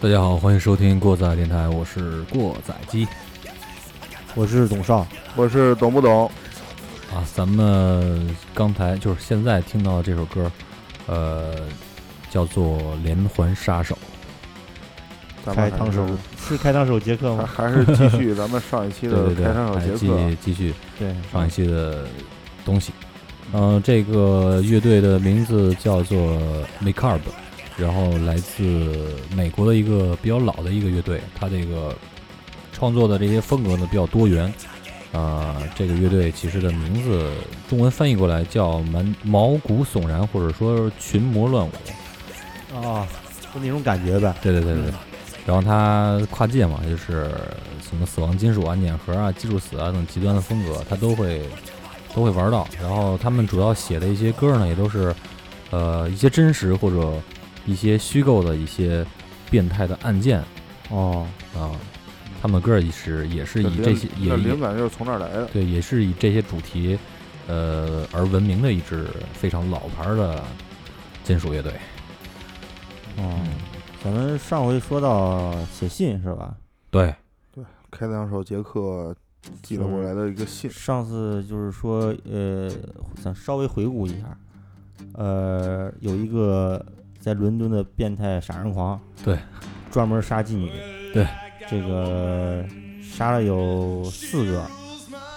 大家好，欢迎收听过载电台，我是过载机我是董少，我是懂不懂？啊。咱们刚才就是现在听到的这首歌，呃，叫做《连环杀手》。咱开们膛还手是 是开膛手杰克 还吗？还是继续咱们上一期对的对对，开膛来手杰克继继续对，上一期的东西。嗯、这个乐队的名字叫做 Macarb，然后来自美国的一个比较老的一个乐队，它这个创作的这些风格呢比较多元。啊、这个乐队其实的名字中文翻译过来叫蛮毛骨悚然，或者说群魔乱舞。啊，就那种感觉呗。对对对嗯对。然后它跨界嘛，就是什么死亡金属啊、碾核啊、技术死啊等极端的风格，它都会都会玩到。然后他们主要写的一些歌呢，也都是呃一些真实或者一些虚构的一些变态的案件哦，啊。他们歌也是也是这以这灵些也也这灵感就是从这儿来的。对也是以这些主题呃而闻名的一支非常老牌的金属乐队。哦，咱们上回说到写信是吧？对，开膛手杰克寄了就是过来的一个信，上次就是说，呃，想稍微回顾一下，呃，有一个在伦敦的变态杀人狂，对，专门杀妓女，对，这个杀了有四个，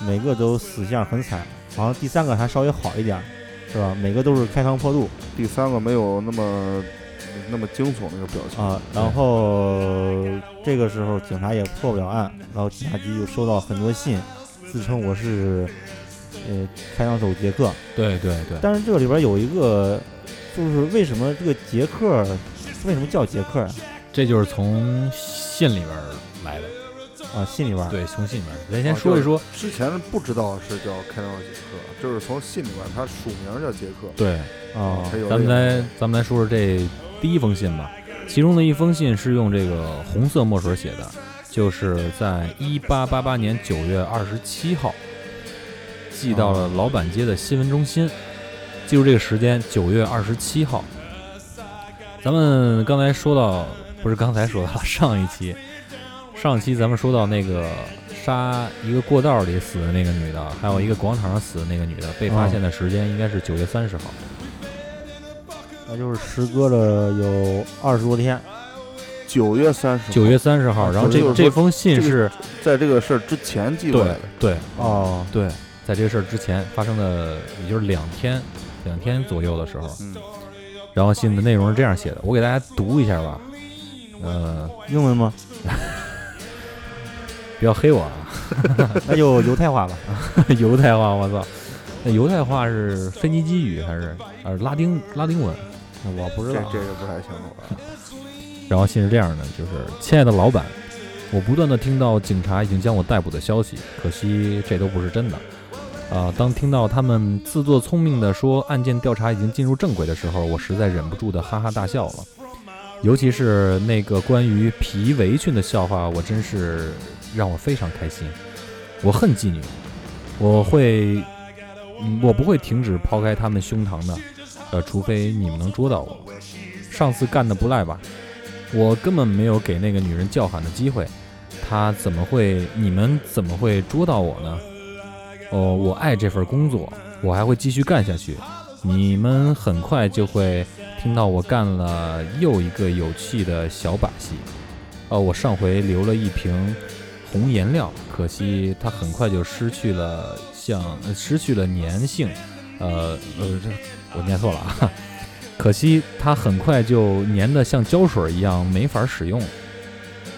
每个都死相很惨，好像第三个还稍微好一点，是吧？每个都是开膛破肚第三个没有那么那么惊悚那个表情。啊，然后这个时候警察也破不了案，然后警察局就收到很多信，自称我是。呃，开膛手杰克，对对对，但是这个里边有一个，就是为什么这个杰克为什么叫杰克啊这就是从信里边来的。啊？信里边儿对，从信里面，咱先啊说就一说，之前不知道是叫开膛手杰克，就是从信里面他署名叫杰克。对，啊，才有咱们这个来咱们来说说这第一封信吧。其中的一封信是用这个红色墨水写的，就是在一八八八年九月二十七号，寄到了老板街的新闻中心。记住这个时间，九月二十七号。咱们刚才说到，不是刚才说到了上一期，上期咱们说到那个杀一个过道里死的那个女的，还有一个广场上死的那个女的，被发现的时间应该是九月三十号。那就是时隔了有二十多天，九月三十，九月三十号，啊然后就是这说这封信是在这个事儿之前寄过来对的。对哦，对，在这个事儿之前发生的，也就是两天两天左右的时候，嗯，然后信的内容是这样写的，我给大家读一下吧，呃，英文吗？不要黑我啊， 那就犹太话吧。犹太话，我操，那犹太话是腓尼基语还是还是拉丁拉丁文？我不这知道，啊这个不太清楚啊。然后信是这样的，就是亲爱的老板，我不断的听到警察已经将我逮捕的消息，可惜这都不是真的。啊、当听到他们自作聪明的说案件调查已经进入正轨的时候，我实在忍不住的哈哈大笑了。尤其是那个关于皮围裙的笑话，我真是让我非常开心。我恨妓女，我会，嗯我不会停止抛开他们胸膛的，呃，除非你们能捉到我。上次干的不赖吧？我根本没有给那个女人叫喊的机会，她怎么会？你们怎么会捉到我呢？哦，我爱这份工作，我还会继续干下去。你们很快就会听到我干了又一个有趣的小把戏。哦，我上回留了一瓶红颜料，可惜它很快就失去了像、呃失去了粘性。呃呃，这我念错了啊。可惜它很快就粘得像胶水一样，没法使用。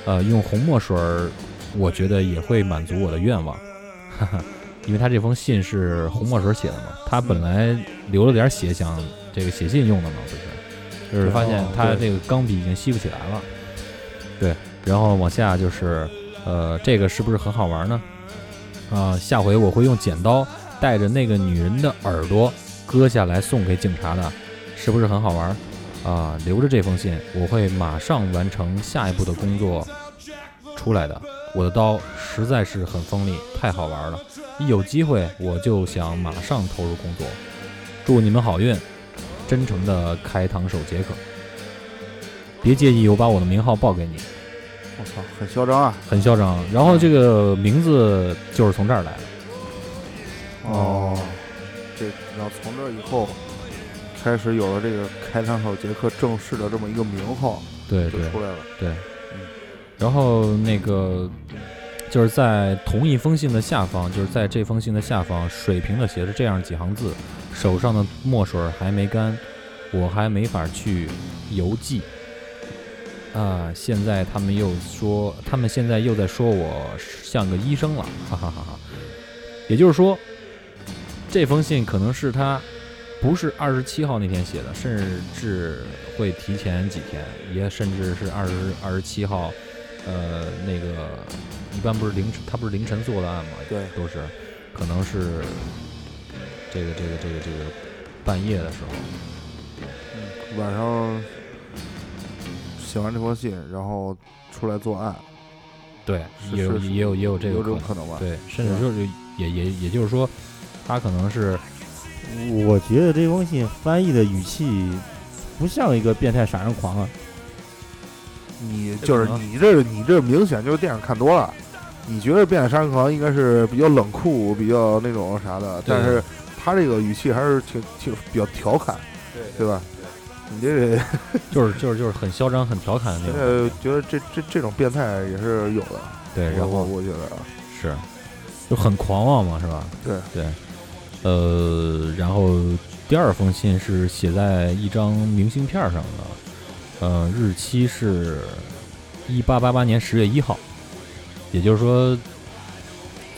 呃，用红墨水儿，我觉得也会满足我的愿望， 哈哈。因为他这封信是红墨水儿写的嘛，他本来留了点血想这个写信用的嘛，不是？就是发现哦他对这个钢笔已经吸不起来了。对，然后往下就是，呃，这个是不是很好玩呢？啊、下回我会用剪刀带着那个女人的耳朵割下来送给警察的，是不是很好玩？啊、留着这封信，我会马上完成下一步的工作出来的。我的刀实在是很锋利，太好玩了，一有机会我就想马上投入工作。祝你们好运，真诚的开膛手杰克。别介意，我把我的名号报给你。我操，很嚣张啊！很嚣张。然后这个名字就是从这儿来的，哦，这然后从这以后开始有了这个开膛手杰克正式的这么一个名号对就对出来了。对。然后那个就是在同一封信的下方，就是在这封信的下方，水平的写着这样几行字：手上的墨水还没干，我还没法去邮寄。啊！现在他们又说，他们现在又在说我像个医生了，哈哈哈哈。也就是说，这封信可能是他不是二十七号那天写的，甚至会提前几天，也甚至是二十二十七号，呃，那个一般不是凌晨，他不是凌晨做的案吗？对，都是可能是这个这个这个这个半夜的时候，嗯，晚上写完这封信，然后出来作案，对，是也有是也有也有这个有可种能，可能吧？对，甚至就是也也也就是说，他可能是我觉得这封信翻译的语气不像一个变态杀人狂啊，你这就是可能你这你这明显就是电影看多了，你觉得《变态杀人狂》应该是比较冷酷、比较那种啥的，对但是他这个语气还是挺挺比较调侃，对吧？你这个就是就是就是很嚣张、很调侃的那现种，在觉得这这这种变态也是有的，对，然我后我觉得啊，是就很狂妄嘛，是吧？对对，呃，然后第二封信是写在一张明信片上的，呃，日期是一八八八年十月一号，也就是说，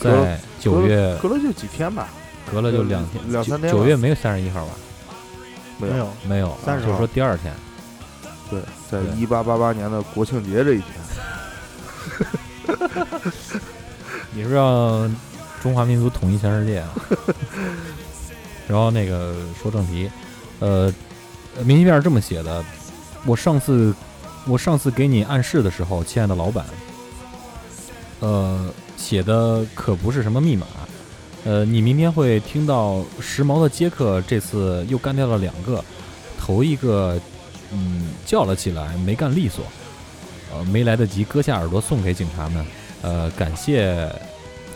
隔了在九月隔了就几天吧，隔了就两天，两三天九吧九月没有三十一号吧？没没有，没有，啊30就是号说第二天。对，在对一八八八年的国庆节这一天，你是要中华民族统一全世界啊？ 然后那个说正题，呃，明信片是这么写的：我上次我上次给你暗示的时候，亲爱的老板，呃，写的可不是什么密码。呃，你明天会听到时髦的杰克这次又干掉了两个，头一个嗯叫了起来，没干利索，呃，没来得及割下耳朵送给警察们。呃，感谢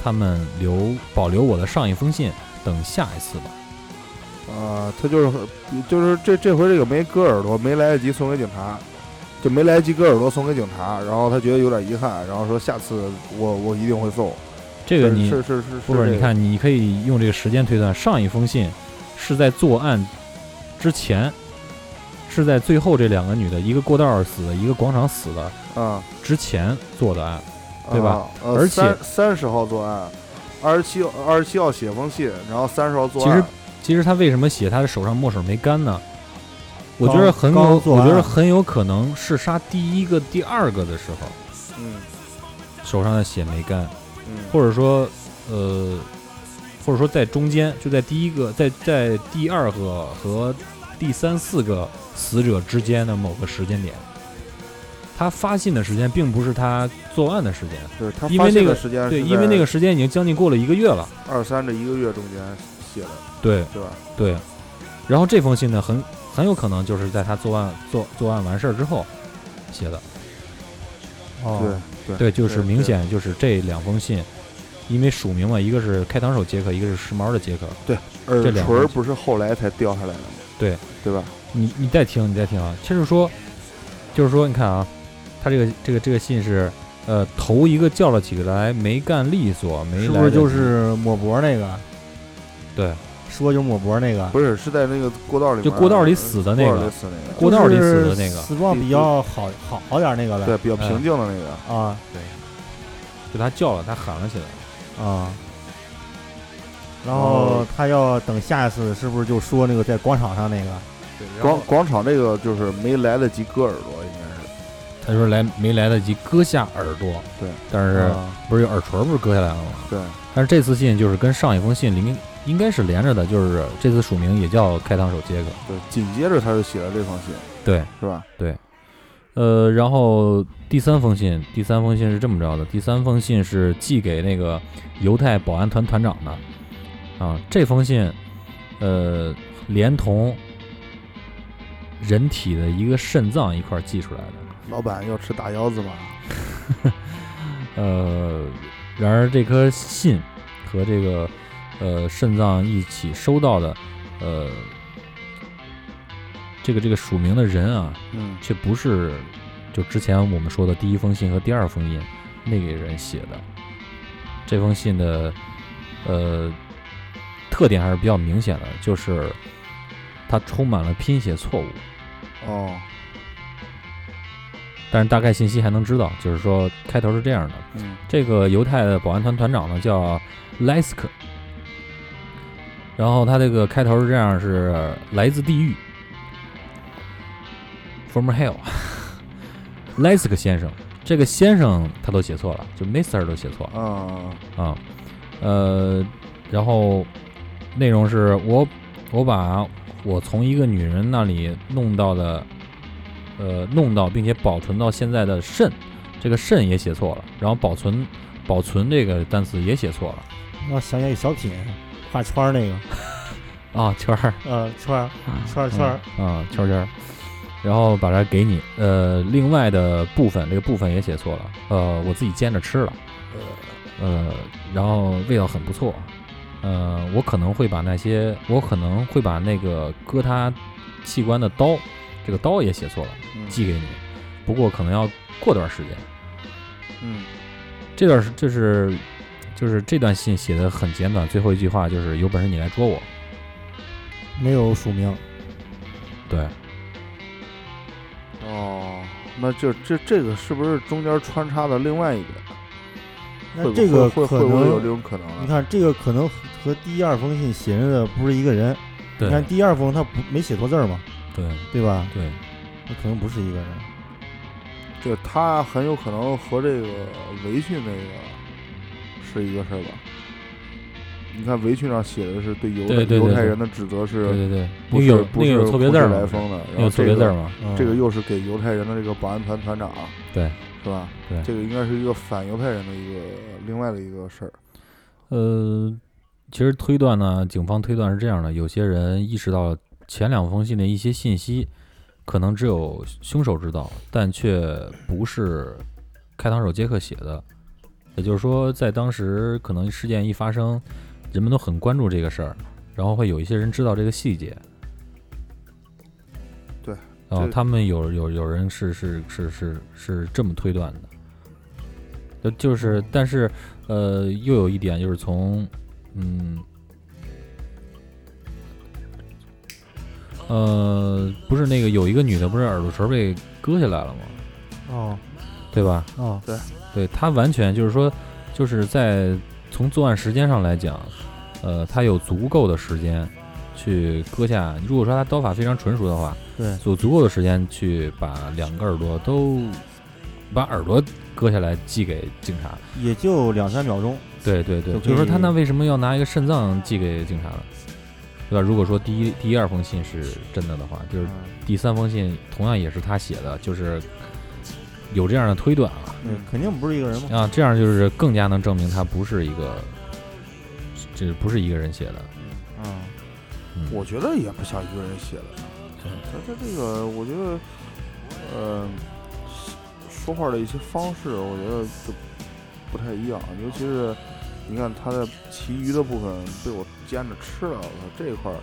他们留保留我的上一封信，等下一次吧。啊，他就是很就是这这回这个没割耳朵，没来得及送给警察，就没来得及割耳朵送给警察，然后他觉得有点遗憾，然后说下次我我一定会送。这个你是是是是，不是？这你个，看，你可以用这个时间推断，上一封信是在作案之前，是在最后这两个女的，一个过道儿死的，一个广场死的啊，之前做的案。对啊吧？呃而且三十号作案，二十七二十七号写封信，然后三十号作其案实。其实他为什么写他的手上墨水没干呢？我觉得刚很刚有，做我觉得案很有可能是杀第一个、第二个的时候，嗯手上的血没干，嗯，或者说，呃，或者说在中间，就在第一个，在在第二个和第三四个死者之间的某个时间点，他发信的时间并不是他作案的时间，对他因发为现那的个时间对，因为那个时间已经将近过了一个月了，二三这一个月中间写的，对对吧？对。然后这封信呢，很很有可能就是在他作案作作案完事儿之后写的，对哦，，对，就是对明对显就是这两封信，因为署名嘛，一个是开膛手杰克，一个是时髦的杰克，这耳两垂儿个不是后来才掉下来的吗？对对吧？你你再听，你再听啊，就是说，就是说，你看啊，他这个这个这个信是，呃，头一个叫了起来没干利索，没是来不得是就及是抹脖那个？对，是不是就抹脖那个？不是，是在那个过道里面，就过道里死的那过道里个死那个，过道里死的那个就是死状比较好好好点儿那个对，嗯呗。比较平静的那个。啊就他叫了，他喊了起来，啊。然哦后他要等下一次，是不是就说那个在广场上那个？广广场这个就是没来得及割耳朵，应该是他说来没来得及割下耳朵，对，但是啊不是有耳垂不是割下来了吗？啊对，但是这次信就是跟上一封信应应该是连着的，就是这次署名也叫开膛手杰克，对，紧接着他就写了这封信，对，是吧？呃，然后第三封信，第三封信是这么着的，第三封信是寄给那个犹太保安团团长的，啊，这封信，呃，连同人体的一个肾脏一块儿寄出来的，老板要吃大腰子吧？ 呃，然而这颗信和这个呃肾脏一起收到的，呃，这个这个署名的人啊，嗯却不是就之前我们说的第一封信和第二封信那个人写的。这封信的呃特点还是比较明显的，就是它充满了拼写错误，哦，但是大概信息还能知道，就是说开头是这样的：嗯这个犹太的保安团团长呢叫莱斯克，然后他这个开头是这样：是来自地狱，from hell，莱斯克先生。这个先生他都写错了，就 Mister 都写错了。啊啊，呃，然后内容是我我把我从一个女人那里弄到的，呃，弄到并且保存到现在的肾，这个肾也写错了，然后保存保存这个单词也写错了我想起来有小品，画圈儿那个，啊，圈儿呃，圈儿圈儿圈儿，嗯啊圈儿圈儿，然后把它给你，呃，另外的部分这个部分也写错了，呃，我自己煎着吃了，呃，然后味道很不错。呃，我可能会把那些，我可能会把那个割它器官的刀，这个刀也写错了，嗯寄给你。不过可能要过段时间。嗯这段是这是就是这段信写的很简短，最后一句话就是有本事你来捉我。没有署名，对，哦，那就这这个是不是中间穿插的另外一个？那会这个会可会会不会有这能，种可能你啊？看这个可能和和第一二封信写着的不是一个人，对你看第二封他不没写错字儿嘛，对对吧？对，那可能不是一个人，就他很有可能和这个围裙那个是一个事儿吧？你看围裙上写的是对犹对对对犹太对人的指责对是对对，那不个是有不那个是有错别不字是儿来吗？风的，然那后有错这别字儿个吗？嗯这个又是给犹太人的这个保安团团长，对，是吧？对这个应该是一个反犹太人的一个另外的一个事儿。呃，其实推断呢，警方推断是这样的：有些人意识到前两封信的一些信息，可能只有凶手知道，但却不是开膛手杰克写的。也就是说，在当时可能事件一发生，人们都很关注这个事儿，然后会有一些人知道这个细节。对，哦这，他们有有有人是是是是是这么推断的。呃就嗯就是，但是，呃，又有一点就是从，嗯，呃，不是那个有一个女的，不是耳朵垂被割下来了吗？哦对吧？哦，对她完全就是说，就是在从作案时间上来讲，呃，她有足够的时间去割下。如果说她刀法非常纯熟的话，对，有足够的时间去把两个耳朵都把耳朵割下来寄给警察。也就两三秒钟，对对对，就就是说可以他那为什么要拿一个肾脏寄给警察呢？对吧？如果说第一第一二封信是真的的话，就是嗯第三封信同样也是他写的，就是有这样的推断啊对，肯定不是一个人嘛，啊，这样就是更加能证明他不是一个，这不是一个人写的。嗯，嗯、我觉得也不像一个人写的。对他他这个，我觉得，呃，说话的一些方式，我觉得就不太一样，尤其是你看他的其余的部分被我煎着吃了，我操这一块儿，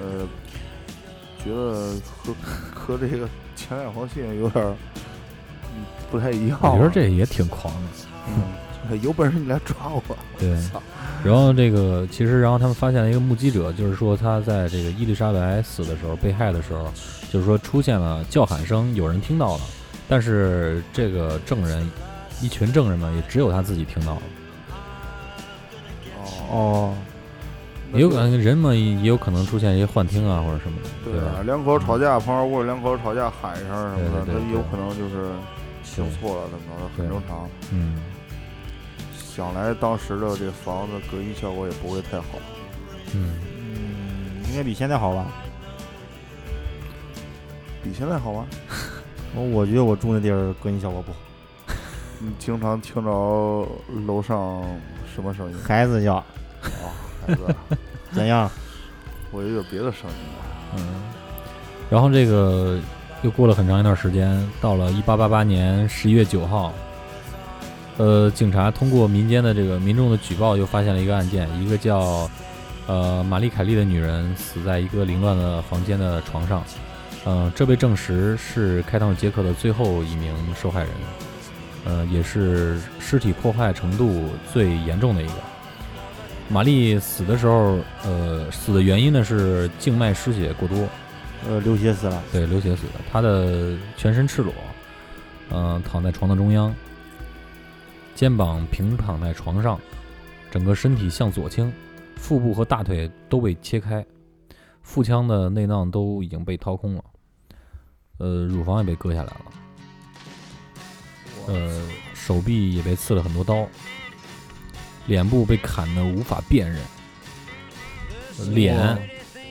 呃，觉得和和这个前两封信有点儿嗯不太一样。我觉得这也挺狂的。嗯有本事你来抓我！对操，然后这个其实，然后他们发现了一个目击者，就是说他在这个伊丽莎白死的时候，被害的时候，就是说出现了叫喊声，有人听到了，但是这个证人，一群证人嘛，也只有他自己听到了。哦哦，那也有就可能人嘛，也有可能出现一些幻听啊或者什么的，对啊吧？两口吵架，旁边卧着两口吵架喊一声什么的，对对对他对有可能就是听错了怎么着的，对很正常。嗯，想来当时的这房子隔音效果也不会太好，嗯，嗯，应该比现在好吧？比现在好吗？我我觉得我住那地儿隔音效果不好，？你经常听着楼上什么声音孩子叫 啊，孩子，怎样？我也有别的声音啊了。嗯，然后这个又过了很长一段时间，到了一八八八年十一月九号，呃，警察通过民间的这个民众的举报，又发现了一个案件，一个叫呃玛丽凯莉的女人死在一个凌乱的房间的床上，呃，这被证实是开膛手杰克的最后一名受害人，呃，也是尸体破坏程度最严重的一个。玛丽死的时候，呃，死的原因呢是静脉失血过多，呃，流血死了。对，流血死的。她的全身赤裸，嗯、躺在床的中央，肩膀平躺在床上，整个身体向左倾，腹部和大腿都被切开，腹腔的内脏都已经被掏空了，呃，乳房也被割下来了，呃，手臂也被刺了很多刀，脸部被砍得无法辨认，呃脸哇，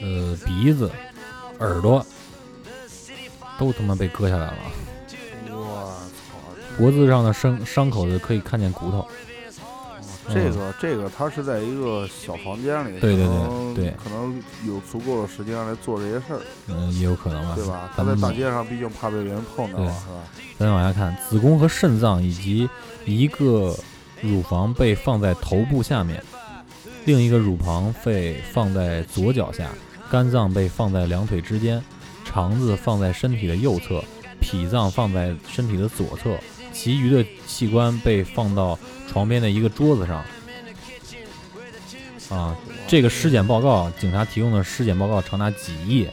呃，鼻子、耳朵都他妈被割下来了，我操，脖子上的伤伤口的可以看见骨头，这个这个他是在一个小房间里，对对对可能对可能有足够的时间来做这些事儿，嗯、也有可能吧。对吧？他咱在们大街上毕竟怕被人碰到，啊对是吧？咱往下看，子宫和肾脏以及一个乳房被放在头部下面，另一个乳房被放在左脚下，肝脏被放在两腿之间，肠子放在身体的右侧，脾脏放在身体的左侧，其余的器官被放到床边的一个桌子上。啊，这个尸检报告，警察提供的尸检报告长达几页。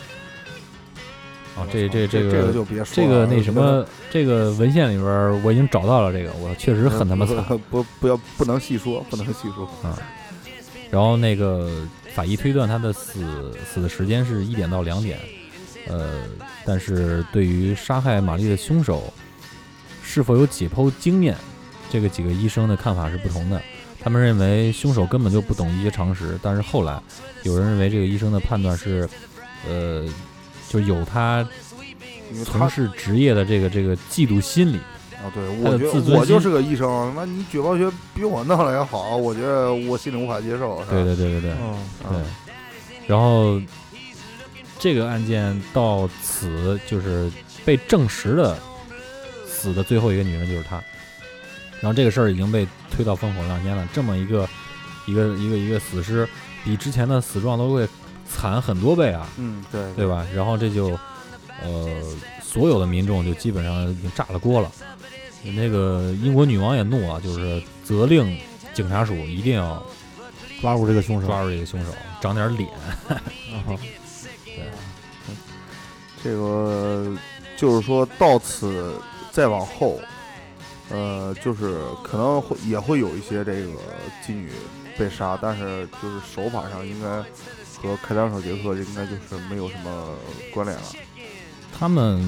啊，这这这个个就别说这了，个那什我觉得么，这个文献里边儿我已经找到了这个，我确实很他妈惨。不不不要不能细说，不能细说。 然后那个法医推断他的死死的时间是一点到两点，呃，但是对于杀害玛丽的凶手是否有解剖经验，这个几个医生的看法是不同的。他们认为凶手根本就不懂医学常识，但是后来有人认为这个医生的判断是，呃，就有他因为他从事职业的这个这个嫉妒心理。啊，对他我的觉自得尊我就心是个医生，那你举报学比我弄的要好，我觉得我心里无法接受。是吧对对对对对。嗯，对，然后这个案件到此就是被证实的死的最后一个女人就是她，然后这个事儿已经被推到风口浪尖了。这么一个一个一个一个死尸，比之前的死状都会惨很多倍啊，嗯，对对吧？然后这就呃，所有的民众就基本上已经炸了锅了。那个英国女王也怒了，就是责令警察署一定要抓住这个凶手。抓住这个凶手，长点脸。嗯这个就是说到此再往后，呃，就是可能会也会有一些这个妓女被杀，但是就是手法上应该和开膛手杰克应该就是没有什么关联了。他们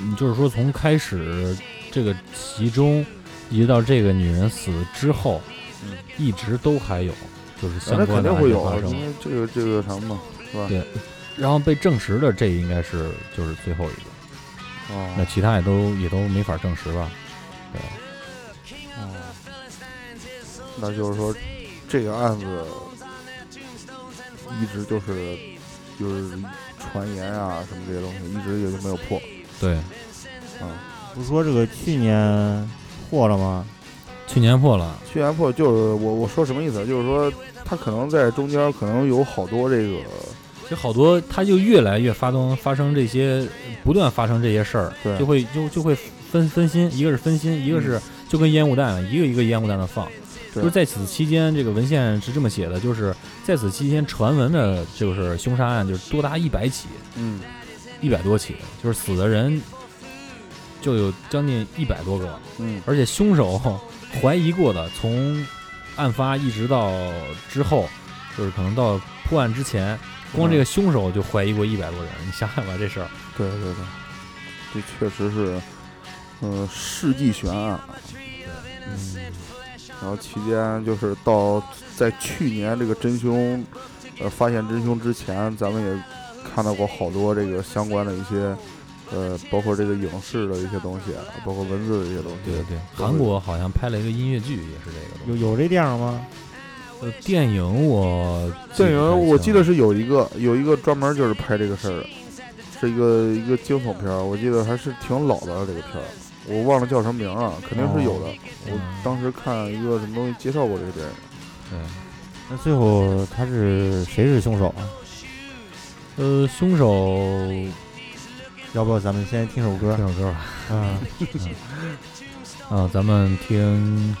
嗯就是说从开始这个其中，一直到这个女人死之后，嗯，一直都还有就是啊那相肯关的定案会件有发啊，生，因为这个这个什么嘛，是吧？对然后被证实的这应该是就是最后一个，哦那其他也都也都没法证实吧？嗯那就是说，这个案子一直就是就是传言啊什么这些东西，一直也就没有破。对，不是说这个去年破了吗？去年破了，去年破就是我我说什么意思？啊就是说他可能在中间可能有好多这个其实好多它就越来越发生发生这些不断发生这些事儿，对嗯就会就就会分分心，一个是分心，一个是就跟烟雾弹一个一个烟雾弹的放。对就是在此期间，这个文献是这么写的，就是在此期间传闻的，就是凶杀案就是多达一百起，嗯一百多起，就是死的人就有将近一百多个，嗯而且凶手怀疑过的，从案发一直到之后，就是可能到破案之前，光这个凶手就怀疑过一百多人，你想想吧，这事儿。对对对，这确实是，呃，世纪悬案。啊嗯，然后期间就是到在去年这个真凶，呃，发现真凶之前，咱们也看到过好多这个相关的一些，呃，包括这个影视的一些东西，啊包括文字的一些东西。对，韩国好像拍了一个音乐剧，也是这个东有西。有这电影吗？呃，电影我电影我记得是是有一个有一个专门就是拍这个事儿的，是一个一个惊悚片儿，我记得还是挺老的这个片儿，我忘了叫什么名儿了，肯定是有的。呃我当时看一个什么东西介绍过这个电影，那最后他是谁是凶手啊？呃，凶手要不咱们先听首歌这？首歌吧，嗯，啊，咱们听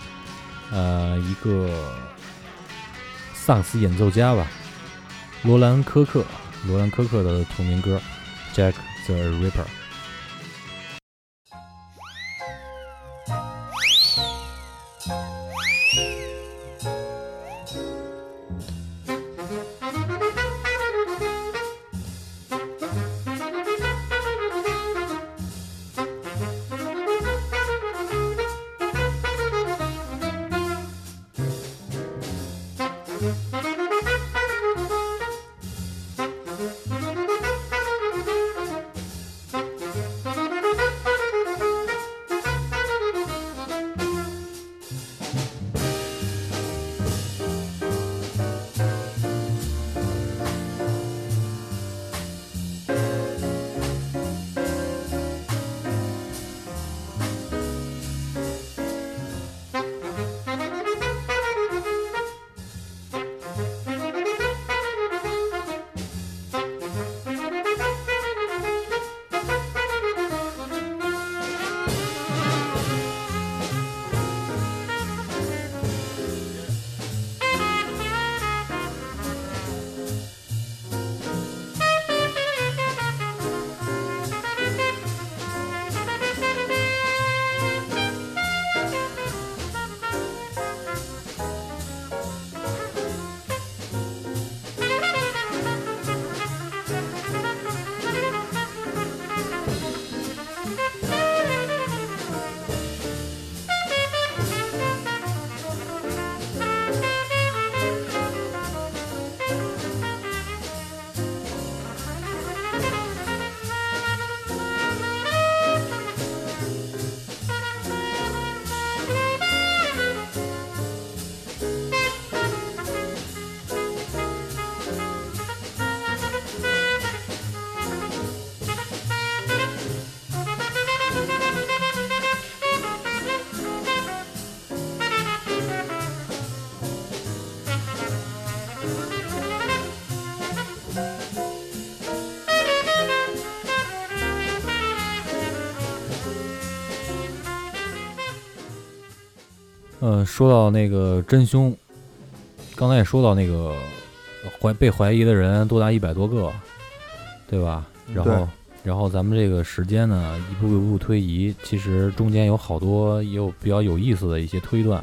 呃一个萨克斯演奏家吧，罗兰·科克，罗兰·科克的同名歌《Jack the Ripper》。呃，说到那个真凶，刚才也说到那个呃怀被怀疑的人多达一百多个，对吧？然对后，然后咱们这个时间呢，一步一步推移，其实中间有好多也有比较有意思的一些推断，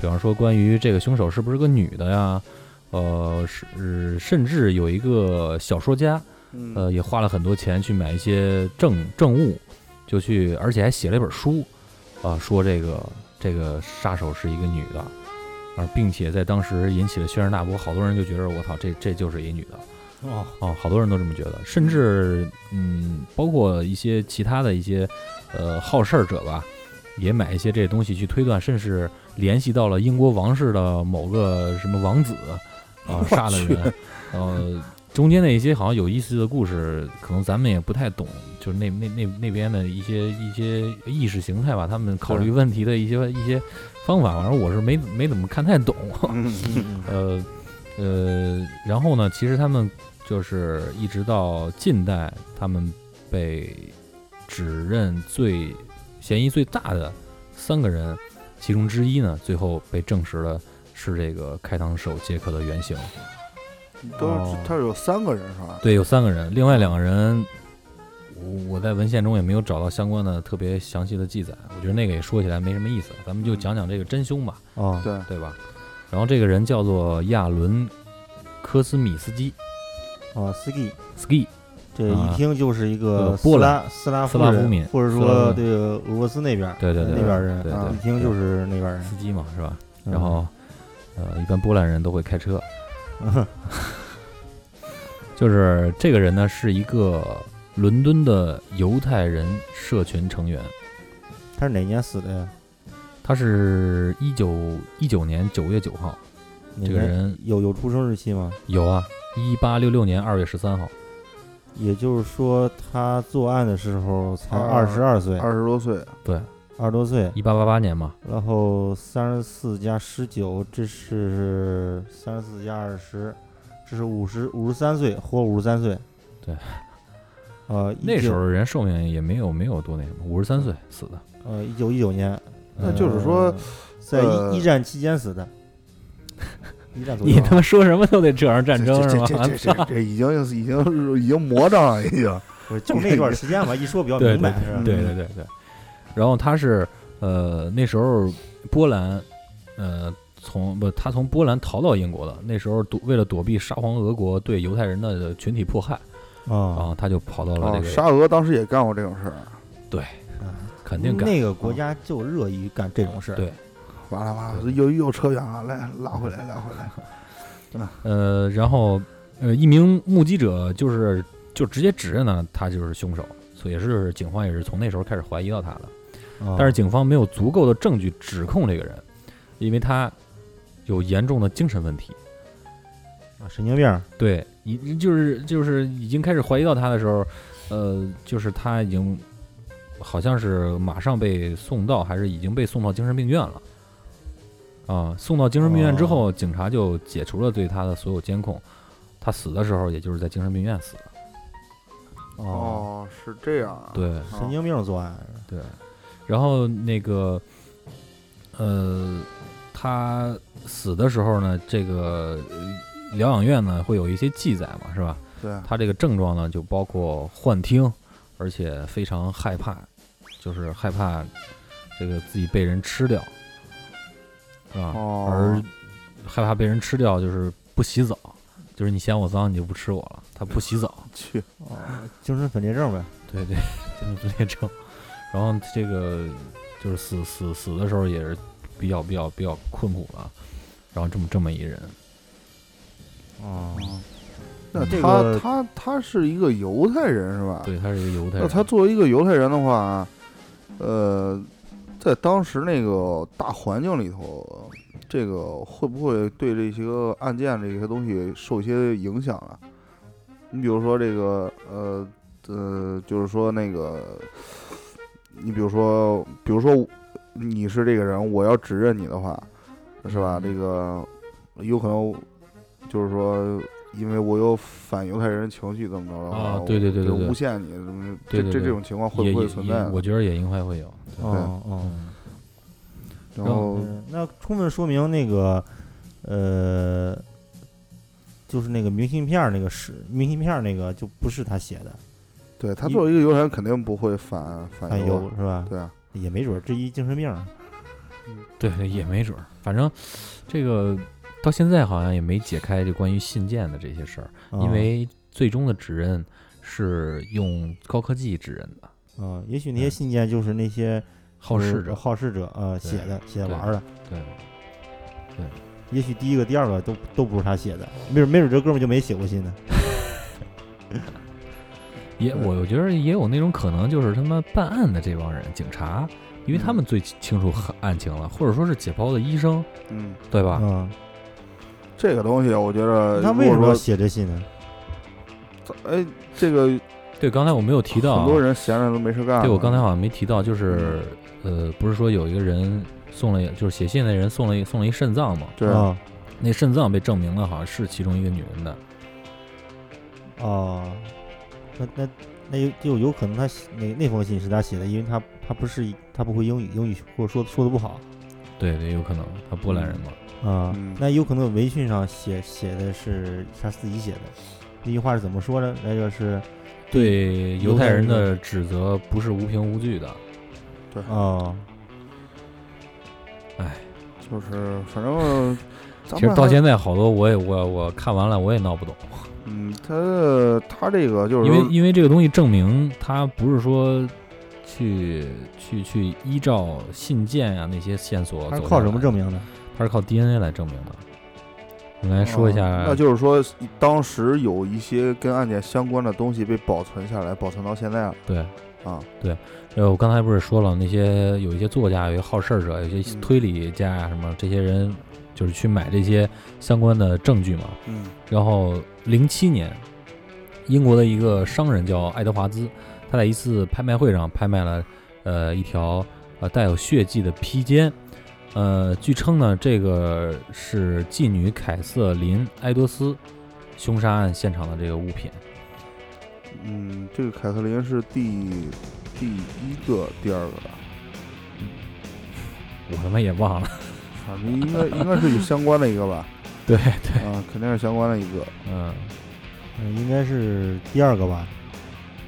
比方说关于这个凶手是不是个女的呀？呃，是、呃甚至有一个小说家，嗯呃，也花了很多钱去买一些证证物，就去，而且还写了一本书，啊、说这个这个杀手是一个女的，而并且在当时引起了轩然大波，好多人就觉得我操，这这就是一女的哦，啊，好多人都这么觉得，甚至嗯，包括一些其他的一些呃好事儿者吧，也买一些这东西去推断，甚至联系到了英国王室的某个什么王子啊、我杀了去人，呃，中间的一些好像有意思的故事，可能咱们也不太懂，就是那那那那边的一些一些意识形态吧，他们考虑对问题的一些一些方法，反正我是没没怎么看太懂，嗯嗯呃呃，然后呢，其实他们就是一直到近代，他们被指认最嫌疑最大的三个人其中之一呢，最后被证实了是这个开膛手杰克的原型。嗯都是哦他有三个人是吧？对，有三个人，另外两个人，我我在文献中也没有找到相关的特别详细的记载。我觉得那个也说起来没什么意思，咱们就讲讲这个真凶吧。哦，对，对吧？然后这个人叫做亚伦科斯米斯基啊，ski， （Ski）。这啊一听就是一个波斯兰拉斯拉斯夫拉夫人民或者斯拉夫说人这个俄罗斯那边儿对对对那边儿人对啊对，一听就是那边儿人。司机嘛，是吧？嗯然后，呃，一般波兰人都会开 车。就是这个人呢，是一个伦敦的犹太人社群成员，他是哪年死的呀？他是一九一九年九月九号，哪这个年人有有出生日期吗？有啊，一八六六年二月十三号，也就是说，他作案的时候才二二十二岁，二十多岁，对，二十多岁，一八八八年嘛，然后三十四加十九，这是三十四加二十，这是五十五十三岁，活五十三岁。对，呃，那时19候人寿命也没有没有多那什么，五十三岁死的，呃，一九一九年，那就是说呃，在呃一一战期间死 的。一战左右你啊，他妈说什么都得扯上战争是这吗？这这这这这已经已经已经魔障了，已经。不是就那段 时间吧，一说比较对明白，是吧？啊对对对对。然后他是呃那时候波兰，呃从不他从波兰逃到英国的，那时候躲为了躲避沙皇俄国对犹太人的群体迫害，然啊，后他就跑到啊了，哦这个、沙俄当时也干过这种事儿，肯定干那个国家就热于干这种事儿。对完了完了，又又扯远了，来拉回来，拉回来。呃，然后呃一名目击者就是就直接指认呢他就是凶手，所以是警方也是从那时候开始怀疑到他的。啊，但是警方没有足够的证据指控这个人，因为他有严重的精神问题。啊神经病儿，对，已就是就是已经开始怀疑到他的时候，呃，就是他已经好像是马上被送到，还是已经被送到精神病院了。啊，送到精神病院之后，警察就解除了对他的所有监控。他死的时候，也就是在精神病院死的。哦，哦，是这样啊。对，啊神经病作案，对，然后那个，呃，他死的时候呢，这个呃疗养院呢会有一些记载嘛，是吧？对，他这个症状呢就包括幻听，而且非常害怕，就是害怕这个自己被人吃掉，是吧？哦而害怕被人吃掉就是不洗澡，就是你嫌我脏你就不吃我了，他不洗澡。去，哦，精神分裂症呗，对 对，精神分裂症。然后这个就是死死死的时候也是比较比较比较困苦了，然后这么这么一人，哦啊，那这他、个他他是一个犹太人是吧？。对他是一个犹太那人，他作为一个犹太人的话，啊呃，在当时那个大环境里头，这个会不会对这些个案件这些东西受一些影响啊？你比如说这个呃呃，就是说那个，你比如说，比如说你是这个人，我要指认你的话，是吧？嗯这个有可能就是说。因为我有反犹太人情绪，怎么着的话啊对对对我对对诬陷你，怎么对这对这对这种情况会也不会也存也在啊呢？我觉得也应该会有。对哦哦，嗯，然后嗯那充分说明那个，呃，就是那个明信片儿那个是明信片儿那个就不是他写的，对他一作为一个犹太人，肯定不会反反哎他犹有，是吧？对啊，也没准儿这一精神病儿，对，也没准儿，反正这个到现在好像也没解开这关于信件的这些事儿，啊哦因为最终的指认是用高科技指认的，啊，也许那些信件就是那些好事呃者。好事者呃对写的写的对玩儿的，对，也许第一个、第二个都都不是他写的，没准没准这哥们儿就没写过信呢。也我我觉得也有那种可能，就是他妈办案的这帮人，警察，因为他们最清楚案情了，或者说是解剖的医生，嗯，对吧？嗯，这个东西我觉得，他呃如为什果么要说写这信呢？哎，这个对，刚才我没有提到、很啊，多人啊嗯闲着都没事干。对我刚才好像没提到，就是呃，不是说有一个人送了，就是写信的人送了一送了一肾脏嘛，对啊那肾脏被证明了好像是其中一个女人的，哦，那那那有就有可能他写那那封信是他写的，因为他他不是他不会英语，英语或者说说的不好对对，有可能她波兰人嘛，啊、嗯那有可能围裙上写写的是他自己写的，那句话是怎么说的？那就是对犹犹太太人人的指责不是无凭无据的，啊对，哦，就是反正咱其实们到还现在好多我也我我看完了我也闹不懂，嗯，他他这个就是因为说因为这个东西证明它不是说去去去依照信件啊那些线索他是走靠下什么来证？明的？哦它是靠 DNA 来证明的。你来说一下，嗯那就是说当时有一些跟案件相关的东西被保存下来，保存到现在了对，啊。呃，我刚才不是说了，那些有一些作家、有一些好事儿者、有一些嗯推理家呀什么，这些人就是去买这些相关的证据嘛。嗯然后零七年，英国的一个商人叫爱德华兹，他在一次拍卖会上拍卖了呃一条呃带有血迹的披肩。呃，据称呢，这个是妓女凯瑟琳·埃多斯凶杀案现场的这个物品。嗯，这个凯瑟琳是第第一个、第二个吧，我他妈也忘了，反正应该应该是有相关的一个吧，对对，啊，肯定是相关的一个。嗯，嗯，应该是第二个吧。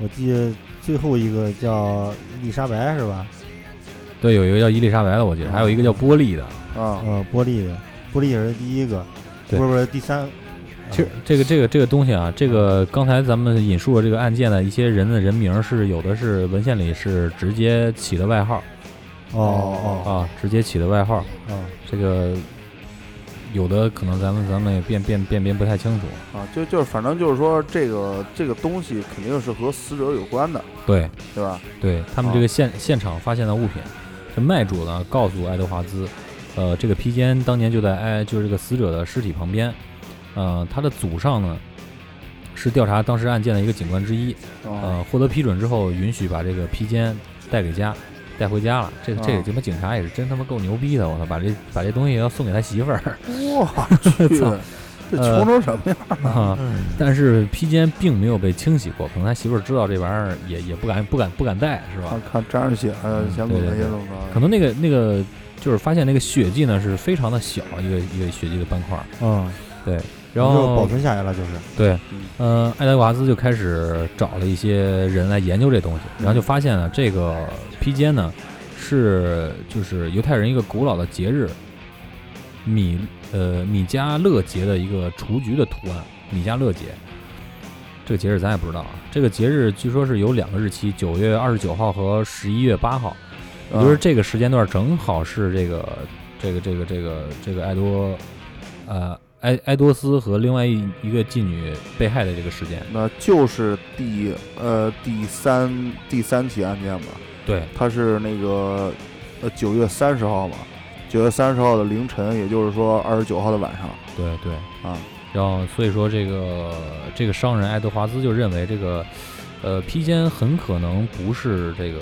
我记得最后一个叫伊丽莎白是吧？对，有一个叫伊丽莎白的，我记得，还有一个叫波利的。啊，嗯呃，玻璃的，玻璃也是第一个，哦对不是不是第三。嗯其实这个这个这个东西啊，这个刚才咱们引述的这个案件的一些人的人名是有的是文献里是直接起的外号哦哦啊，直接起的外号。哦哦，这个有的可能咱们咱们也辨辨辨别不太清楚。啊，就就是反正就是说这个这个东西肯定是和死者有关的，对对吧？对，他们这个现、现场发现的物品，这卖主呢告诉爱德华兹，呃，这个披肩当年就在哎就是这个死者的尸体旁边，呃，他的祖上呢是调查当时案件的一个警官之一。啊，呃，获得批准之后，允许把这个披肩带给家，带回家了。这这啊他妈警察也是真他妈够牛逼的，我操，把 这把这东西要送给他媳妇儿。我去，嗯 操呃这穷成什么样？啊嗯，但是披肩并没有被清洗过，可能他媳妇儿知道这玩意儿也也不敢不敢不敢戴，是吧啊看？啊看沾上血，呃，嗯想对滚对那些对怎么可能那个那个就是发现那个血迹呢是非常的小，一个一个血迹的斑块儿。嗯，然就保后存下来了，就是对嗯，呃，爱德华兹就开始找了一些人来研究这东西，然后就发现了这个披肩呢，是就是犹太人一个古老的节日米呃米迦勒节的一个雏菊的图案，米迦勒节。这个节日咱也不知道啊。这个节日据说是有两个日期，九月二十九号和十一月八号，也啊就是这个时间段正好是这个这个这个这个这个爱多呃埃埃多斯和另外一一个妓女被害的这个事件。那就是第呃第三第三起案件吧，对它是那个呃九月三十号嘛，九月三十号的凌晨，也就是说二十九号的晚上对对，啊，然后所以说这个这个商人爱德华兹就认为这个呃披肩很可能不是这个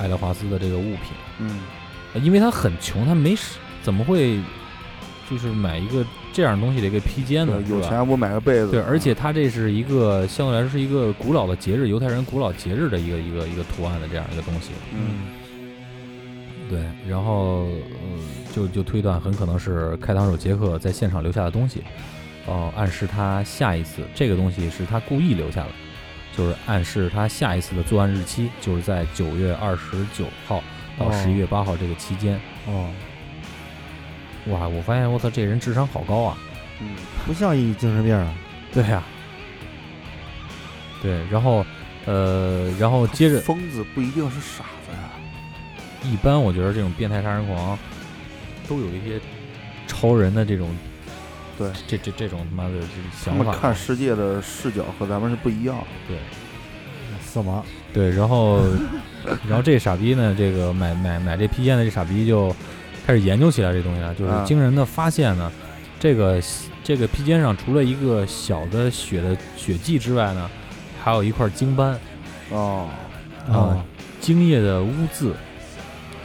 爱德华兹的这个物品。嗯，呃因为他很穷，他没事怎么会就是买一个这样东西的一个披肩呢？对是有吧钱还不买个被子，对，嗯而且它这是一个相对来说是一个古老的节日，犹太人古老节日的一个一个一个图案的这样一个东西。嗯对，然后嗯，就就推断很可能是开膛手杰克在现场留下的东西，哦、暗示他下一次这个东西是他故意留下的，就是暗示他下一次的作案日期就是在九月二十九号到哦十一月八号这个期间。哦，哇，我发现我操，这人智商好高啊！嗯不像一精神病啊。对呀、对，然后呃，然后接着，疯子不一定是傻子呀，一般我觉得这种变态杀人狂都有一些超人的这种，对，这这这种他妈的这他想们法，看世界的视角和咱们是不一样的，对色啊盲，对，然后然后这傻逼呢，这个买买买这披肩的这傻逼就开始研究起来这东西了，就是啊惊人的发现呢，这个这个披肩上除了一个小的血的血迹之外呢，还有一块精斑。哦，啊，精液的污渍。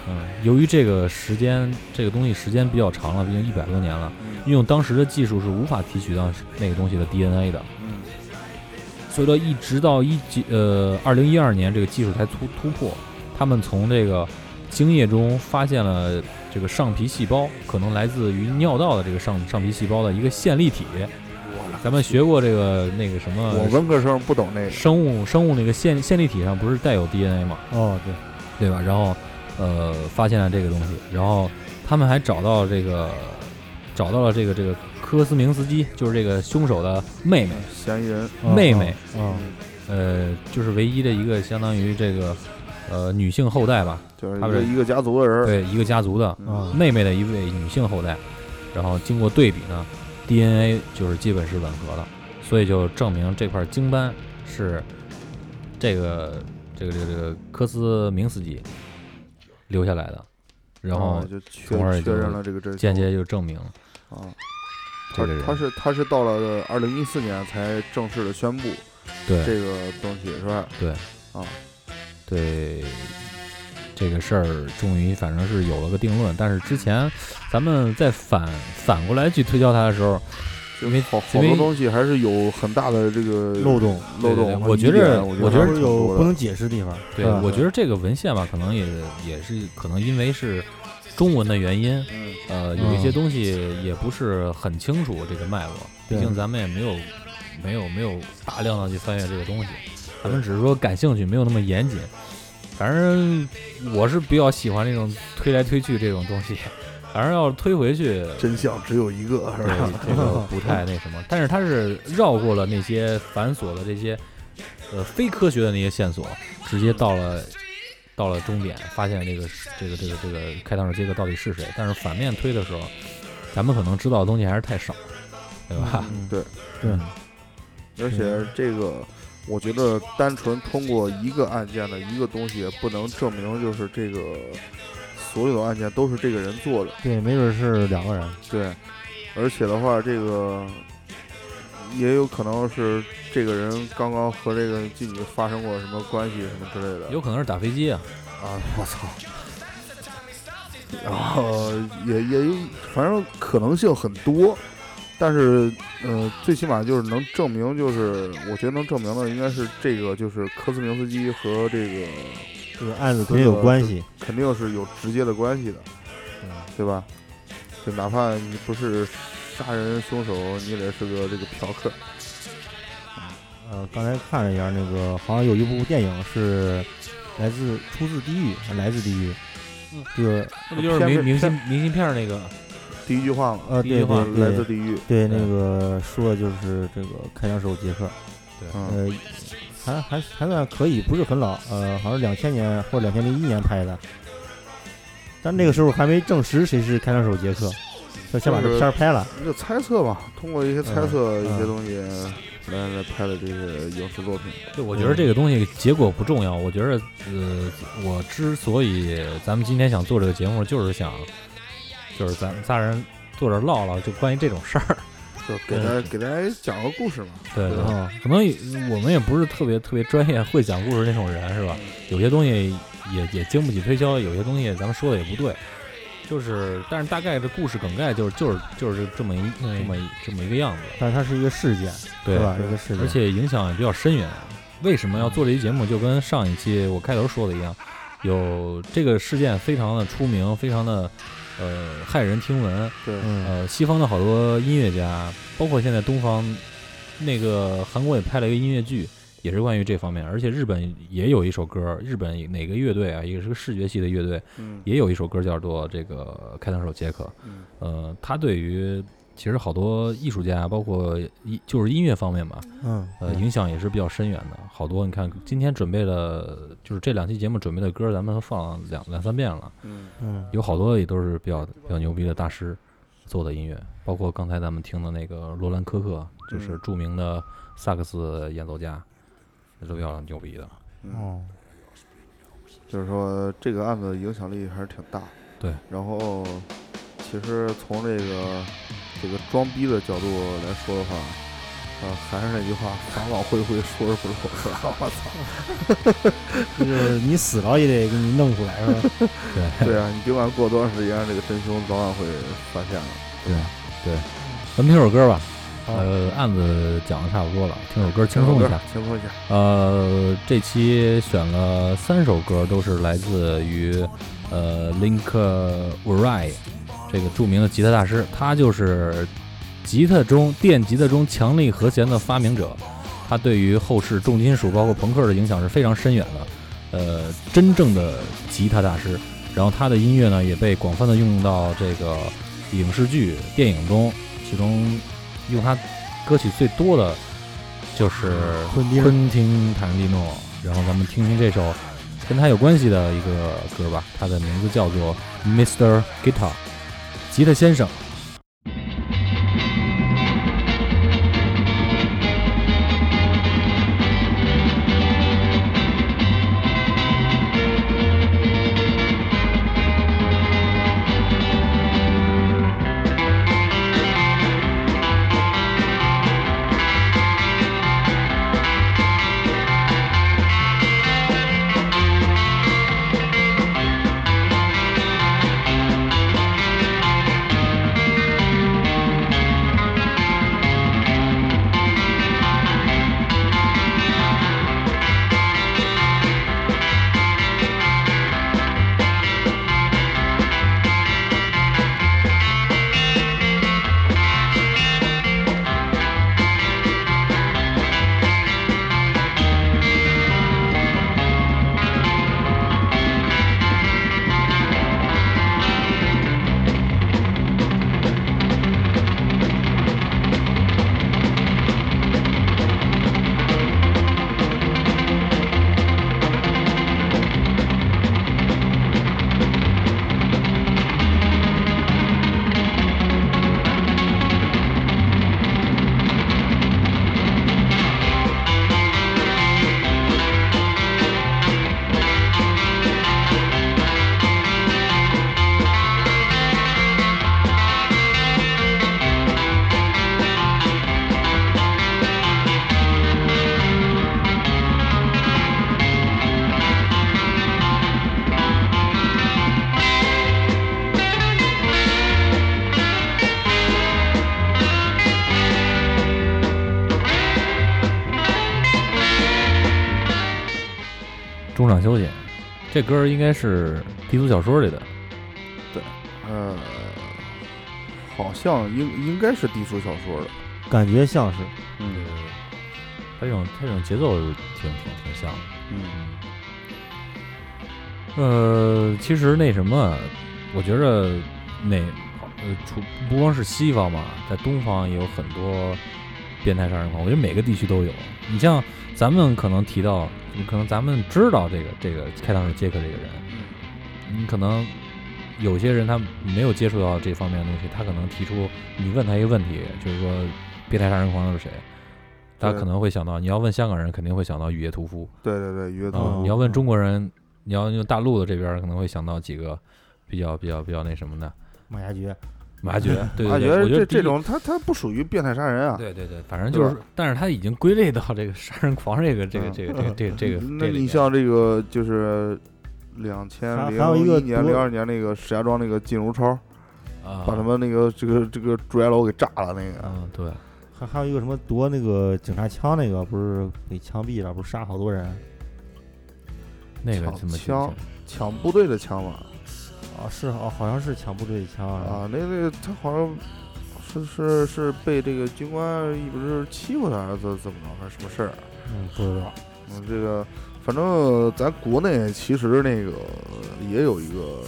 嗯，由于这个时间，这个东西时间比较长了，毕竟一百多年了，嗯运用当时的技术是无法提取到那个东西的 DNA 的，嗯所以说一直到一几呃二零一二年，这个技术才突突破，他们从这个精液中发现了这个上皮细胞，可能来自于尿道的这个上上皮细胞的一个线粒体。咱们学过这个那个什么我文科生不懂这个，生物生物那个线线粒体上不是带有 DNA 吗？哦对，对吧？然后，呃，发现了这个东西，然后他们还找到这个找到了这个这个科斯明斯基，就是这个凶手的妹妹，嫌疑人，嗯妹妹，嗯，呃，就是唯一的一个相当于这个呃女性后代吧，就是一他个们一个家族的人，对，一个家族的啊嗯，妹妹的一位女性后代，然后经过对比呢，DNA 就是基本是吻合的，所以就证明这块京斑是这个这个这个这个科斯明斯基留下来的，然后啊就确从而也就确认了这个真间相接就证明了啊，这他个人他是他是到了二零一四年才正式的宣布对这个东西是吧？对啊，对这个事儿终于反正是有了个定论，但是之前咱们在反反过来去推敲它的时候，就因为好好因为多东西还是有很大的这个漏洞，对漏对对洞和我疑觉点着我我我觉觉得得还是挺有多不的能解释的地方，对，嗯我觉得这个文献吧，可能也也是可能因为是中文的原因，嗯呃，有一些嗯东西也不是很清楚这个脉络，毕对竟咱们也没有没有没有大量的去翻阅这个东西，咱们只是说感兴趣，没有那么严谨。反正我是比较喜欢这种推来推去这种东西，反正要是推回去，真相只有一个是对吧？这个不太那什么，但是它是绕过了那些繁琐的这些呃非科学的那些线索，直接到了到了终点，发现这个是这个这个这个开膛手杰克到底是谁。但是反面推的时候，咱们可能知道的东西还是太少，对嗯吧？嗯对对，而且这个，我觉得单纯通过一个案件的一个东西，也不能证明就是这个所有的案件都是这个人做的。对，没准是两个人，对，而且的话，这个也有可能是这个人刚刚和这个妓女发生过什么关系什么之类的。有可能是打飞机啊，啊，我操！然后也也有，反正可能性很多，但是呃，最起码就是能证明，就是我觉得能证明的应该是这个，就是科斯明斯基和这个这个案子肯定有关系，肯定是有直接的关系的，对吧？就哪怕你不是杀人凶手，你也得是个这个嫖客，呃，刚才看了一下，那个好像有一部电影是来自出自地狱，还是来自地狱，嗯就是那不就是片明面明信明信片那个？第一句话嘛，呃，地狱对话对来自对地狱，对，那个说的就是这个开枪手杰克，嗯，呃，还还还算可以，不是很老，呃，好像两千年或者两千零一年拍的，但那个时候还没证实谁是开枪手杰克，就先把这片儿拍了，那就猜测吧，通过一些猜测、嗯一些嗯东西来来拍的这个影视作品。对，我觉得这个东西结果不重要。我觉得，呃，我之所以咱们今天想做这个节目，就是想，就是咱们仨人坐这儿唠唠，就关于这种事儿。 就给大家给大家讲个故事嘛。对对对，啊，可能也我们也不是特别特别专业、会讲故事那种人，是吧？有些东西也也经不起推敲，有些东西咱们说的也不对。就是，但是大概这故事梗概就是就是就是这么一这么一这么一个样子，但是它是一个事件，对吧？一个事件，而且影响也比较深远。为什么要做这期节目？就跟上一期我开头说的一样，有这个事件非常的出名，非常的呃骇人听闻。对，嗯，呃，西方的好多音乐家，包括现在东方，那个韩国也拍了一个音乐剧，也是关于这方面。而且日本也有一首歌，日本哪个乐队啊，也是个视觉系的乐队，嗯，也有一首歌叫做这个《开膛手杰克》。嗯呃，他对于其实好多艺术家，包括音就是音乐方面嘛，嗯，呃，嗯影响也是比较深远的。好多你看，今天准备了，就是这两期节目准备的歌，咱们都放了两两三遍了，嗯，嗯，有好多也都是比较比较牛逼的大师做的音乐，包括刚才咱们听的那个罗兰科克，就是嗯著名的萨克斯演奏家，也都比较牛逼的。嗯，哦，就是说这个案子影响力还是挺大。对，然后其实从这个这个装逼的角度来说的话。呃，还是那句话，法网恢恢，疏而不漏，是吧？ 我操！这就是你死了也得给你弄出来，是吧？对对啊，你别管过多长时间，这个真凶早晚会发现的。对对，咱们听首歌吧。好呃，案子讲的差不多了，听首歌轻松一下。，轻松一下。呃，这期选了三首歌，都是来自于呃 Link w r i 这个著名的吉他大师，他就是吉他中电吉他中强力和弦的发明者，他对于后世重金属包括朋克的影响是非常深远的，呃，真正的吉他大师。然后他的音乐呢也被广泛的用到这个影视剧、电影中，其中用他歌曲最多的就是昆汀昆汀·塔伦蒂诺。然后咱们听听这首跟他有关系的一个歌吧，它的名字叫做《Mr. Guitar》，吉他先生。中场休息，这歌儿应该是低俗小说里的，呃，好像应应该是低俗小说的，感觉像是嗯它这种它这种节奏挺挺挺像的。嗯呃，其实那什么，我觉着那呃，除不光是西方嘛，在东方也有很多变态杀人狂，我觉得每个地区都有。你像咱们可能提到，你可能咱们知道这个这个开膛手杰克这个人，你可能有些人他没有接触到这方面的东西，他可能提出你问他一个问题，就是说变态杀人狂都是谁，他对可能会想到，你要问香港人，肯定会想到雨夜屠夫，对对对，约啊、图你要问中国人，你要用大陆的这边儿可能会想到几个比较比较比较那什么的马牙爵， 马爵，对对啊，觉对，我觉这得第一这，种他他不属于变态杀人啊。对对对，反正对就是吧，嗯但是他已经归类到这个杀人狂这个这个这个这个这个这个，那这里你面像这个就是两千还还有一零个一年多零二年那个石家庄那个靳如超，啊，把他们那个这个这个住宅楼给炸了那个，嗯对，还还有一个什么夺那个警察枪那个，不是给枪毙了，不是杀好多人那个抢怎么枪抢部队的枪嘛啊？是哦，好像是抢部队枪啊，啊，那那个他好像是是是被这个军官一直欺负他，还是怎怎么着，还是什么事儿？嗯，不知道，嗯，这个反正咱国内其实那个也有一个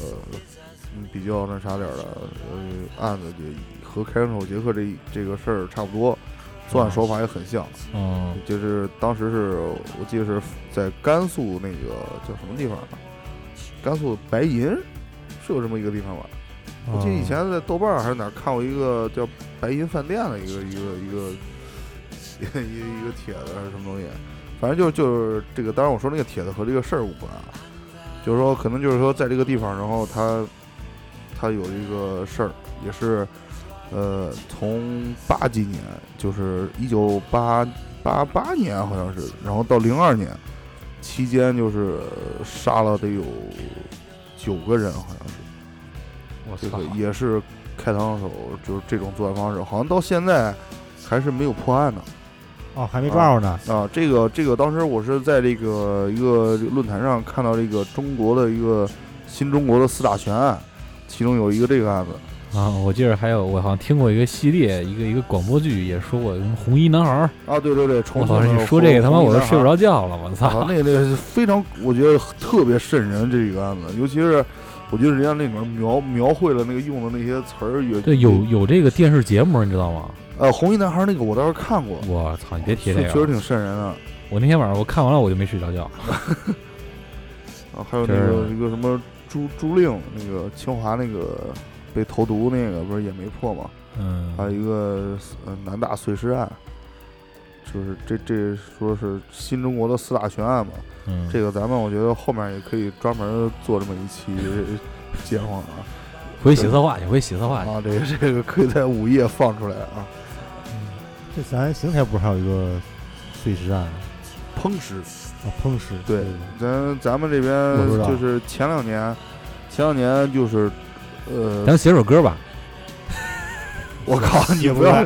嗯比较那啥点儿的呃案子，也和开膛手杰克这这个事儿差不多，作案手法也很像。嗯就是当时是我记得是在甘肃那个叫什么地方啊，甘肃白银是有这么一个地方吧？我记得以嗯前在豆瓣儿还是哪儿看过一个叫“白银饭店”的一个一个一个一个一个帖子还是什么东西，反正就就是这个。当然我说那个帖子和这个事儿无关啊，就是说可能就是说在这个地方，然后他他有一个事儿，也是呃从八几年，就是一九八八八年好像是，然后到零二年期间，就是杀了得有九个人，好像是。我这操个，也是开膛手，就是这种作案方式，好像到现在还是没有破案呢。哦还没抓着呢，啊，这个这个，当时我是在这个一个这个论坛上看到这个中国的一个新中国的四大悬案，其中有一个这个案子，啊，我记得还有我好像听过一个系列，一个一个广播剧也说过什么红衣男孩儿，啊，对对对，我重庆操，的啊你说这个他妈红衣我都男孩 睡不着觉了，我操啊，，那个那个是非常，我觉得特别瘆人这个案子，尤其是我觉得人家那里面描描绘了那个用的那些词儿也对，有有这个电视节目，你知道吗？呃，红衣男孩那个我倒是看过，我操，你别提是这确实个了，挺瘆人的。我那天晚上我看完了我就没睡着觉。啊，还有这那个是一个什么朱朱令，那个清华那个被投毒那个不是也没破吗？嗯还有一个呃南大碎尸案，就是这这说是新中国的四大悬案嘛。嗯，这个咱们我觉得后面也可以专门做这么一期 节目啊回去写策划去，回去写策划去。啊，这个这个可以在午夜放出来啊。这咱邢台不是还有一个碎尸案吗？烹尸，啊，烹尸。对吧，咱咱们这我知边道就是前两年，前两年就是咱呃，们写首歌吧，我 靠， 你也不要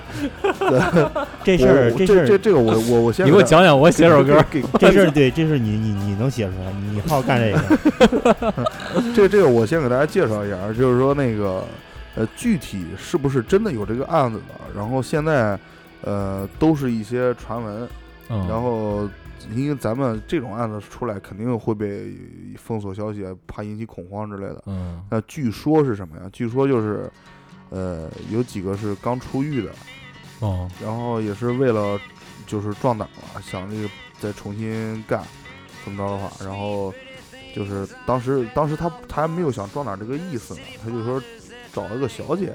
这事儿，我我这事这儿，这个我我我先你给我讲讲，我写首歌。给这事儿，对，这事儿你你你能写出来？你你好干这 个？这这个我先给大家介绍一下，啊就是说那个呃，具体是不是真的有这个案子的？然后现在呃，都是一些传闻。嗯，然后因为咱们这种案子出来，肯定会被封锁消息，啊怕引起恐慌之类的。嗯那据说是什么呀？据说就是呃，有几个是刚出狱的，哦然后也是为了就是壮胆嘛，想这个再重新干，怎么着的话，然后就是当时当时他他还没有想壮胆这个意思呢，他就说找了个小姐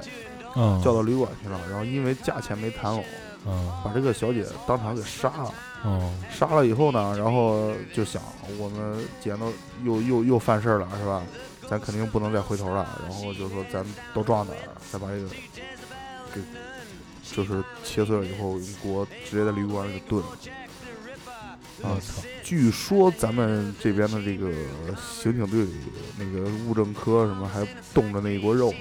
嗯，叫到旅馆去了，然后因为价钱没谈拢，嗯把这个小姐当场给杀了。哦杀了以后呢，然后就想我们既然都又又又犯事儿了是吧？咱肯定不能再回头了。然后就说咱都撞哪儿，再把这个给就是切碎了以后，给我直接在旅馆里给炖了。啊我，操，据说咱们这边的这个刑警队里那个物证科什么还冻着那一锅肉呢。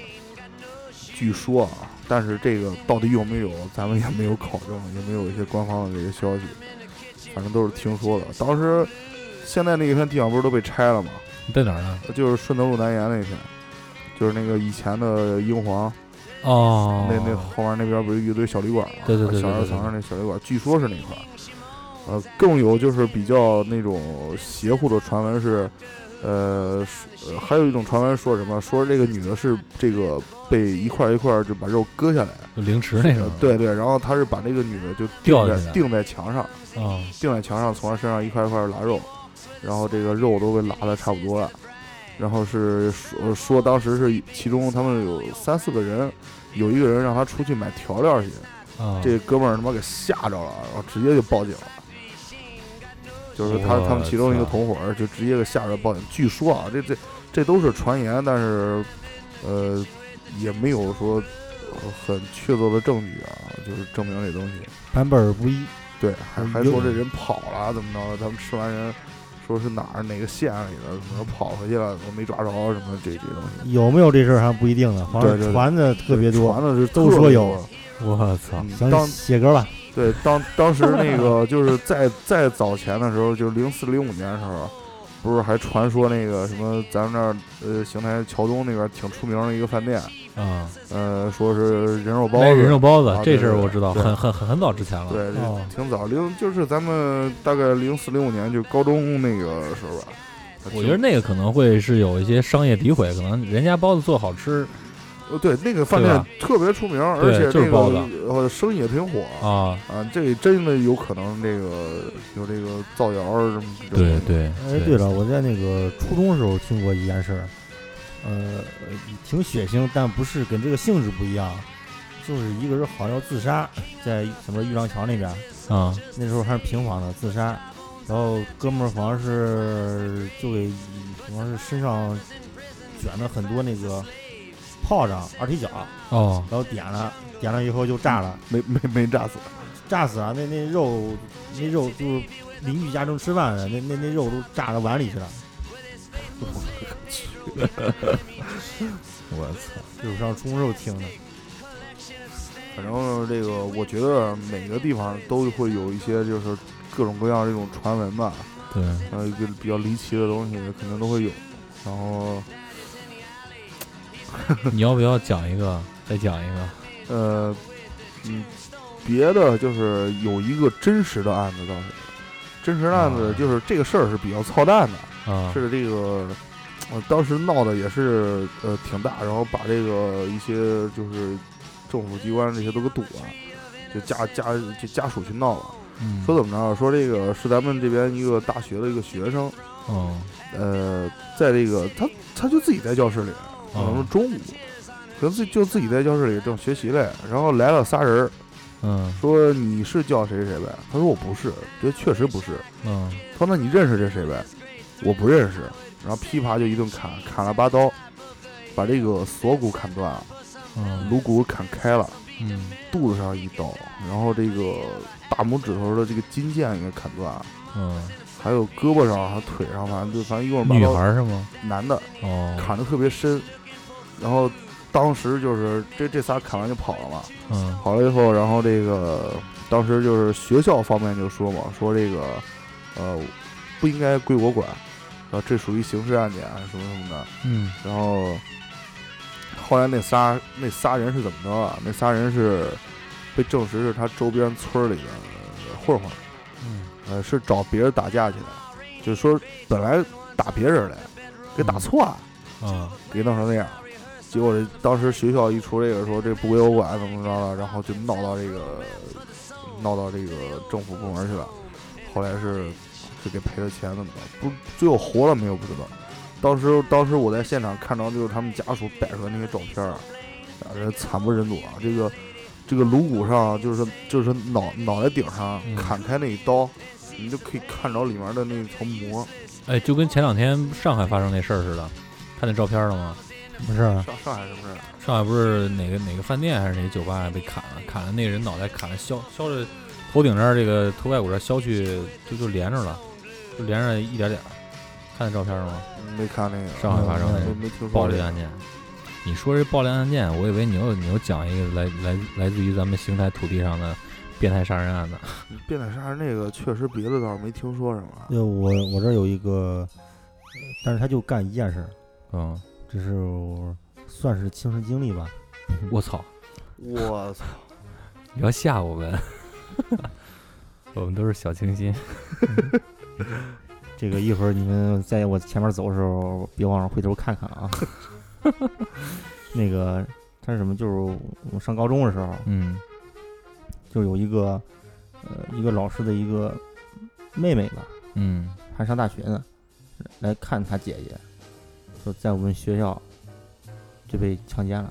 据说啊，但是这个到底有没有，咱们也没有考证，也没有一些官方的这个消息，反正都是听说的。当时现在那一片地方不是都被拆了吗？你在哪儿呢？就是顺德路南沿那片，就是那个以前的英皇，哦，那那后面那边不是一堆小旅馆吗？对对对对小对二对层那小旅馆，据说是那块儿。呃，更有就是比较那种邪乎的传闻是，呃，说呃还有一种传闻说什么？说这个女的是这个被一块儿一块儿就把肉割下来，就凌迟那呃种。对对，然后他是把这个女的就吊钉起在来钉在墙上，啊，钉在墙上，从她身上一块一块儿拉肉，然后这个肉都被拉的差不多了。然后是说说当时是其中他们有三四个人，有一个人让他出去买调料去，啊，这哥们儿他妈给吓着了，然后直接就报警了。就是他我他们其中一个操同伙儿就直接给吓着报警。据说啊，这这这都是传言，但是呃也没有说呃很确凿的证据啊，就是证明这东西。版本不一，对，还还有说这人跑了啊怎么着的，咱们吃完人说是哪儿哪个县里的，怎么着跑回去了，我没抓着什么这这东西。有没有这事儿还不一定呢，反对对正对传的特别多传。的是都特说别有多我操，嗯行，当写歌吧。对，当当时那个就是在在早前的时候，就是零四零五年的时候，不是还传说那个什么咱们那儿呃邢台桥东那边挺出名的一个饭店，啊，呃，说是人肉包那子，人肉包子啊这对事儿对我知道，对很很很很早之前了。对，哦挺早零就是咱们大概零四零五年就高中那个时候吧。我觉得那个可能会是有一些商业诋毁，可能人家包子做好吃呃对那个饭对店吧特别出名，而对且就是那包个呃生意也挺火啊，啊，这真的有可能这个有这个造谣儿什么这种对对哎，对了，我在那个初中时候听过一件事儿，呃，挺血腥，但不是跟这个性质不一样，就是一个人好像要自杀，在什么玉廊桥那边，啊，那时候还是平房的自杀，然后哥们儿好像是就给好像是身上卷了很多那个炮仗、二踢脚，哦，然后点了，点了以后就炸了，没没没炸死。炸死啊！那那肉那肉就是邻居家正吃饭呢，那那那肉都炸到碗里去了。我操，就是上初中时候听的，反正这个，我觉得每个地方都会有一些就是各种各样这种传闻吧，对，呃，一个比较离奇的东西肯定都会有。然后，你要不要讲一个？再讲一个？呃，嗯，别的就是有一个真实的案子倒是，真实的案子啊就是这个事儿是比较操蛋的，啊，是这个我当时闹的也是呃挺大，然后把这个一些就是政府机关这些都给堵了，就家家就家属去闹了。嗯说怎么着？说这个是咱们这边一个大学的一个学生，哦，呃，在这个他他就自己在教室里，可能哦是中午，可能自己就自己在教室里正学习嘞，然后来了仨人儿，嗯说你是叫谁谁呗？他说我不是，这确实不是。嗯，他说那你认识这谁呗？我不认识。然后噼啪就一顿砍，砍了八刀，把这个锁骨砍断了，嗯颅骨砍开了，嗯肚子上一刀，然后这个大拇指头的这个筋腱也给砍断了，嗯，还有胳膊上、还有腿上，反正就反正一共是八女刀孩，儿是吗？男的哦，砍的特别深，然后当时就是这这仨砍完就跑了嘛，嗯好了以后，然后这个当时就是学校方面就说嘛，说这个呃不应该归我管，然后这属于刑事案件啊什么什么的。嗯然后后来那仨那仨人是怎么着啊？那仨人是被证实是他周边村里的混混，嗯，呃，是找别人打架去的，就是说本来打别人的，给打错了，啊给弄成那样。结果这当时学校一出这个说这不归我管怎么着了，然后就闹到这个闹到这个政府部门去了。后来是是给赔了钱怎么着，不最后活了没有不知道。当时当时我在现场看到就是他们家属摆出来那些照片啊，啊这惨不忍睹啊！这个这个颅骨上啊就是就是脑脑袋顶上啊嗯砍开那一刀，你就可以看着里面的那层膜。哎，就跟前两天上海发生那事儿似的，看那照片了吗？什么事儿啊？上上海是不是？上海不是哪个哪个饭店还是哪个酒吧被砍了，砍了那人脑袋砍了削削着头顶这儿这个头盖骨这儿削去就就连着了，就连着一点点儿。看那照片了吗？没看那个嗯上海发生的没没听说暴这力个案件。你说这暴力案件，我以为你又你又讲一个来来来自于咱们邢台土地上的变态杀人案呢。变态杀人那个确实别的倒是没听说 什么。啊呃，我我这儿有一个，但是他就干一件事儿，嗯，这是我算是亲身经历吧。我操，我操！你要吓我们？ 我们都是小清新。这个一会儿你们在我前面走的时候，别忘了回头看看啊。 那个他是什么？就是我上高中的时候，嗯就有一个呃一个老师的一个妹妹吧，嗯还上大学呢，来看他姐姐，说在我们学校就被强奸了。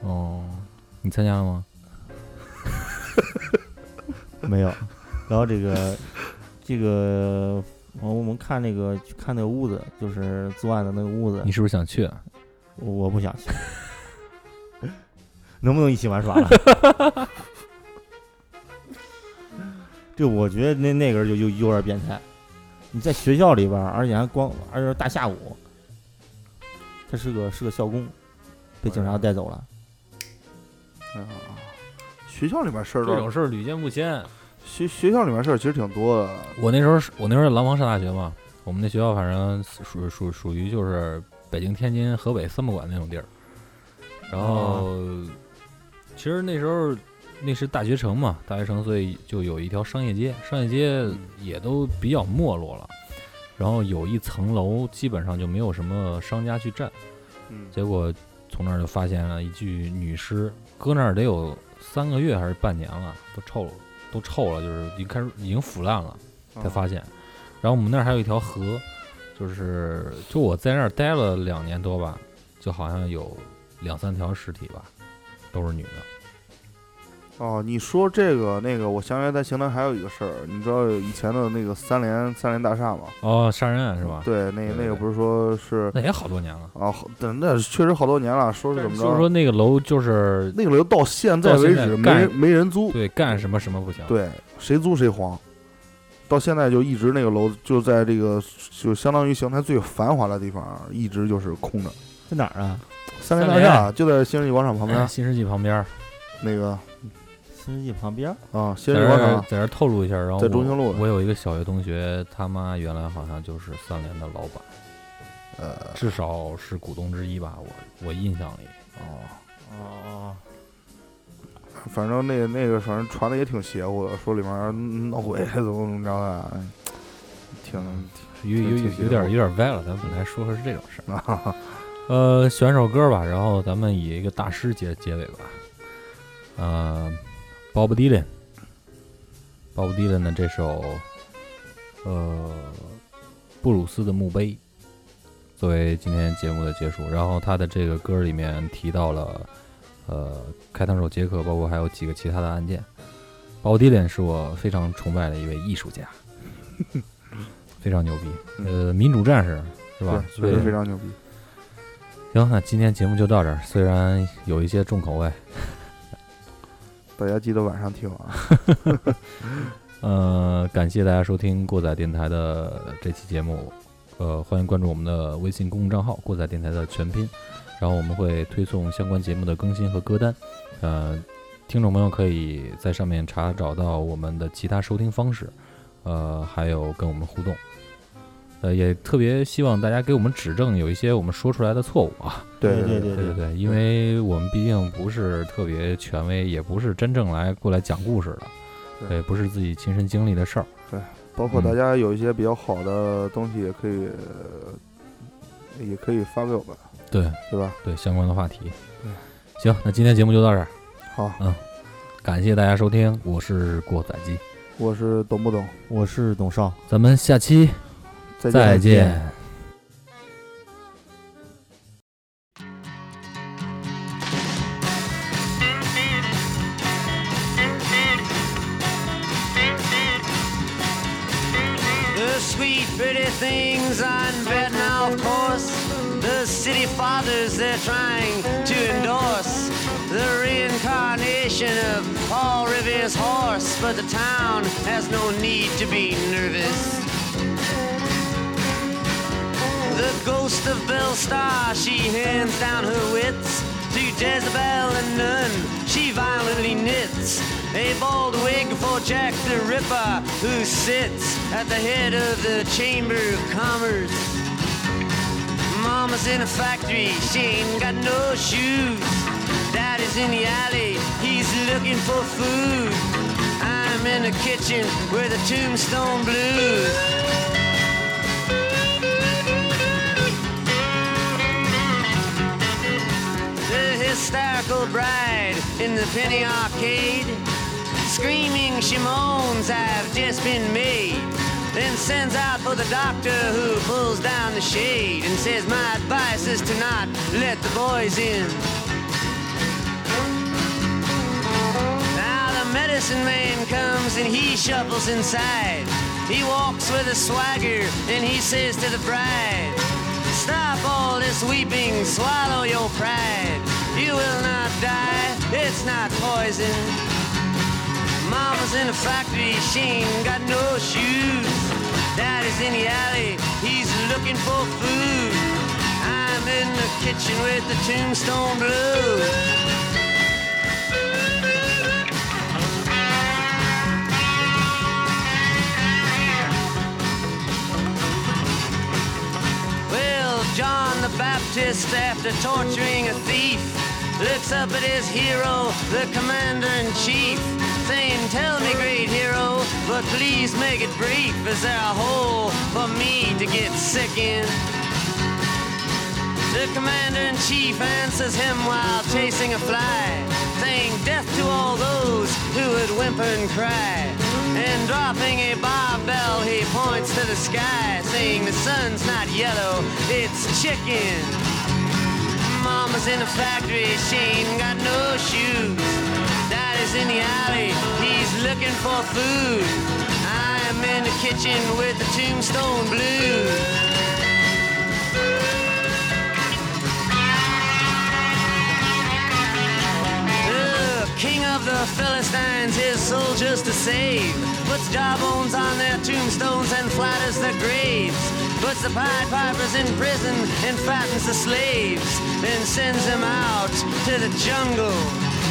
哦，你参加了吗？ 没有。然后这个这个，我我们看那个去看那个屋子，就是作案的那个屋子你，是不是想去啊？我不想去。 能不能一起玩耍了？ 这我觉得那那个人就就有点变态。你在学校里边儿，而且还光，而且是大下午，他是个是个校工，被警察带走了。啊，学校里面事儿这倒种事儿屡见不鲜。学学校里面事儿其实挺多的。我那时候是我那时候在廊坊上大学嘛，我们那学校反正属属属于就是北京、天津、河北三不管那种地儿。然后，其实那时候那是大学城嘛，大学城所以就有一条商业街，商业街也都比较没落了。然后有一层楼基本上就没有什么商家去占，嗯，结果从那儿就发现了一具女尸，搁那儿得有三个月还是半年了，都臭了，都臭了，就是已经开始已经腐烂了。才发现。然后我们那儿还有一条河，就是就我在那儿待了两年多吧，就好像有两三条尸体吧，都是女的。哦，你说这个那个，我想起来在邢台还有一个事儿，你知道以前的那个三联三联大厦吗？哦，杀人案是吧？，对，对那对那对个不是说是那也好多年了。啊，好但那确实好多年了，说是但怎是么就是着？说那个楼就是那个楼到现在到现为在止没干人没人租，对干什么什么不行。对，谁租谁黄。到现在就一直那个楼就在这个就相当于邢台最繁华的地方，一直就是空着。在哪儿啊？三联联大厦就在新世纪广场旁边哎，新世纪旁边，那个新世纪旁边儿。啊，新在世这纪广儿场在这儿透露一下，然后在我中兴路我有一个小学同学，他妈原来好像就是三联的老板，呃至少是股东之一吧，我我印象里。哦，哦，反正那啊那个反正传的也挺邪乎的，说里面闹鬼怎么怎么着的，挺天呐，有有有有点有点歪了，咱本来说的是这种事儿。啊， 呃，选首歌吧，然后咱们以一个大师结结尾吧。呃，Bob Dylan，Bob Dylan 的这首呃布鲁斯的墓碑，作为今天节目的结束。然后他的这个歌里面提到了呃开膛手杰克，包括还有几个其他的案件。Bob Dylan 是我非常崇拜的一位艺术家， 非常牛逼。呃，民主战士是吧？嗯对，确实非常牛逼。行，那今天节目就到这儿。虽然有一些重口味，大家记得晚上听啊，呃，感谢大家收听过载电台的这期节目，呃，欢迎关注我们的微信公众账号“过载电台”的全拼，然后我们会推送相关节目的更新和歌单，呃，听众朋友可以在上面查找到我们的其他收听方式，呃，还有跟我们互动，呃，也特别希望大家给我们指正有一些我们说出来的错误啊，对对对对对对，因为我们毕竟不是特别权威，也不是真正来过来讲故事的，对对，不是自己亲身经历的事儿。包括嗯大家有一些比较好的东西，也可以也可以发给我们，对对吧？对，相关的话题。对，行，那今天节目就到这儿，好，感谢大家收听，我是过载机，我是懂不懂？我是董少。咱们下期再见。再见。 The sweet, pretty things on Vietnam, of course. The city fathers they're trying to endorse. The reincarnation of Paul Revere's horse. But the town has no need to be nervous. The ghost of Belle Star, she hands down her wits to Jezebel and nun. She violently knits a bald wig for Jack the Ripper, who sits at the head of the Chamber of Commerce. Mama's in a factory, she ain't got no shoes. Daddy's in the alley, he's looking for food. I'm in the kitchen with the tombstone blues. the hysterical bride in the penny arcade. Screaming, she moans, I've just been made. Then sends out for the doctor who pulls down the shade and says, My advice is to not let the boys in. Now the medicine man comes and he shuffles inside. He walks with a swagger and he says to the bride, Stop all this weeping, swallow your pride. You will not die, it's not poison. Mama's in a factory, she ain't got no shoes. Daddy's in the alley, he's looking for food. I'm in the kitchen with the tombstone blues. Well, John the Baptist, after torturing a thief, looks up at his hero, the commander in chief, saying, Tell me, great hero, but please make it brief. Is there a hole for me to get sick in? The commander in chief answers him while chasing a fly, saying death to all those who would whimper and cry. And dropping a barbell, he points to the sky, saying the sun's not yellow, it's chicken. Mama's in a factory, she ain't got no shoes. Daddy's in the alley, he's looking for food. I'm in the kitchen with the tombstone blues. The King of the Philistines, his soldiers to save. Puts jawbones on their tombstones and flatters their graves. Puts the Pied Pipers in prison and fattens the slaves. Then sends them out to the jungle.